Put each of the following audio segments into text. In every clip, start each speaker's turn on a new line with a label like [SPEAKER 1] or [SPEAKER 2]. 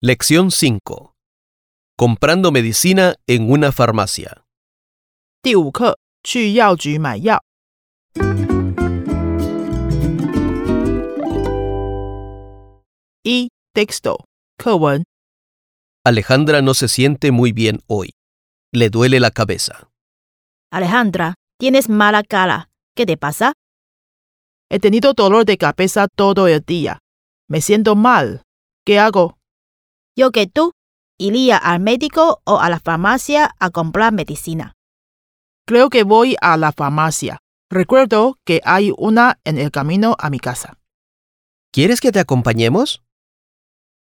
[SPEAKER 1] Lección 5. Comprando medicina en una farmacia.
[SPEAKER 2] 第五课，去药局买药。一 texto 课文
[SPEAKER 1] Alejandra no se siente muy bien hoy. Le duele la cabeza.
[SPEAKER 3] Alejandra, tienes mala cara. ¿Qué te pasa?
[SPEAKER 2] He tenido dolor de cabeza todo el día. Me siento mal. ¿Qué hago?
[SPEAKER 3] Yo que tú iría al médico o a la farmacia a comprar medicina.
[SPEAKER 2] Creo que voy a la farmacia. Recuerdo que hay una en el camino a mi casa.
[SPEAKER 1] ¿Quieres que te acompañemos?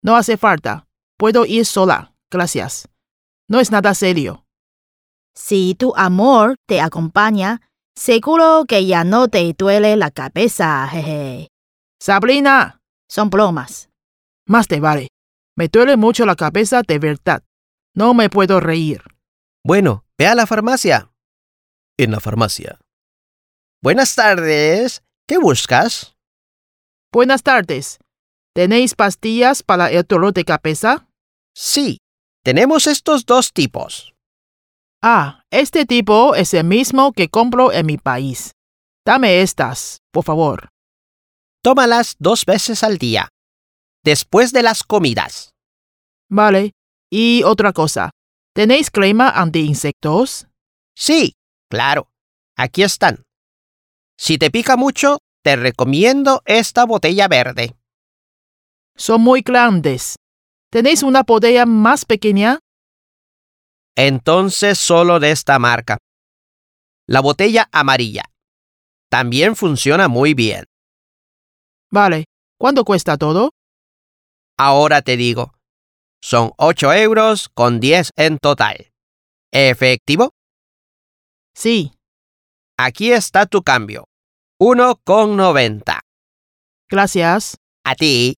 [SPEAKER 2] No hace falta. Puedo ir sola. Gracias. No es nada serio.
[SPEAKER 3] Si tu amor te acompaña, seguro que ya no te duele la cabeza. Jeje.
[SPEAKER 2] Sabrina,
[SPEAKER 3] Son bromas.
[SPEAKER 2] más te vale. Me duele mucho la cabeza de verdad. No me puedo reír.
[SPEAKER 1] Bueno, ve a la farmacia. En la farmacia. Buenas tardes. ¿Qué buscas?
[SPEAKER 2] Buenas tardes. ¿Tenéis pastillas para el dolor de cabeza?
[SPEAKER 1] Sí, tenemos estos dos tipos.
[SPEAKER 2] Ah, este tipo es el mismo que compro en mi país. Dame estas, por favor.
[SPEAKER 1] Tómalas dos veces al día. Después de las comidas.
[SPEAKER 2] Vale. Y otra cosa. ¿Tenéis crema anti-insectos?
[SPEAKER 1] Sí, claro. Aquí están. Si te pica mucho, te recomiendo esta botella verde.
[SPEAKER 2] Son muy grandes. ¿Tenéis una botella más pequeña?
[SPEAKER 1] Entonces solo de esta marca. La botella amarilla. También funciona muy bien.
[SPEAKER 2] Vale. ¿Cuánto cuesta todo?
[SPEAKER 1] Ahora te digo. Son 8 euros con 10 en total. ¿Efectivo?
[SPEAKER 2] Sí.
[SPEAKER 1] Aquí está tu cambio. 1,90.
[SPEAKER 2] Gracias.
[SPEAKER 1] A ti.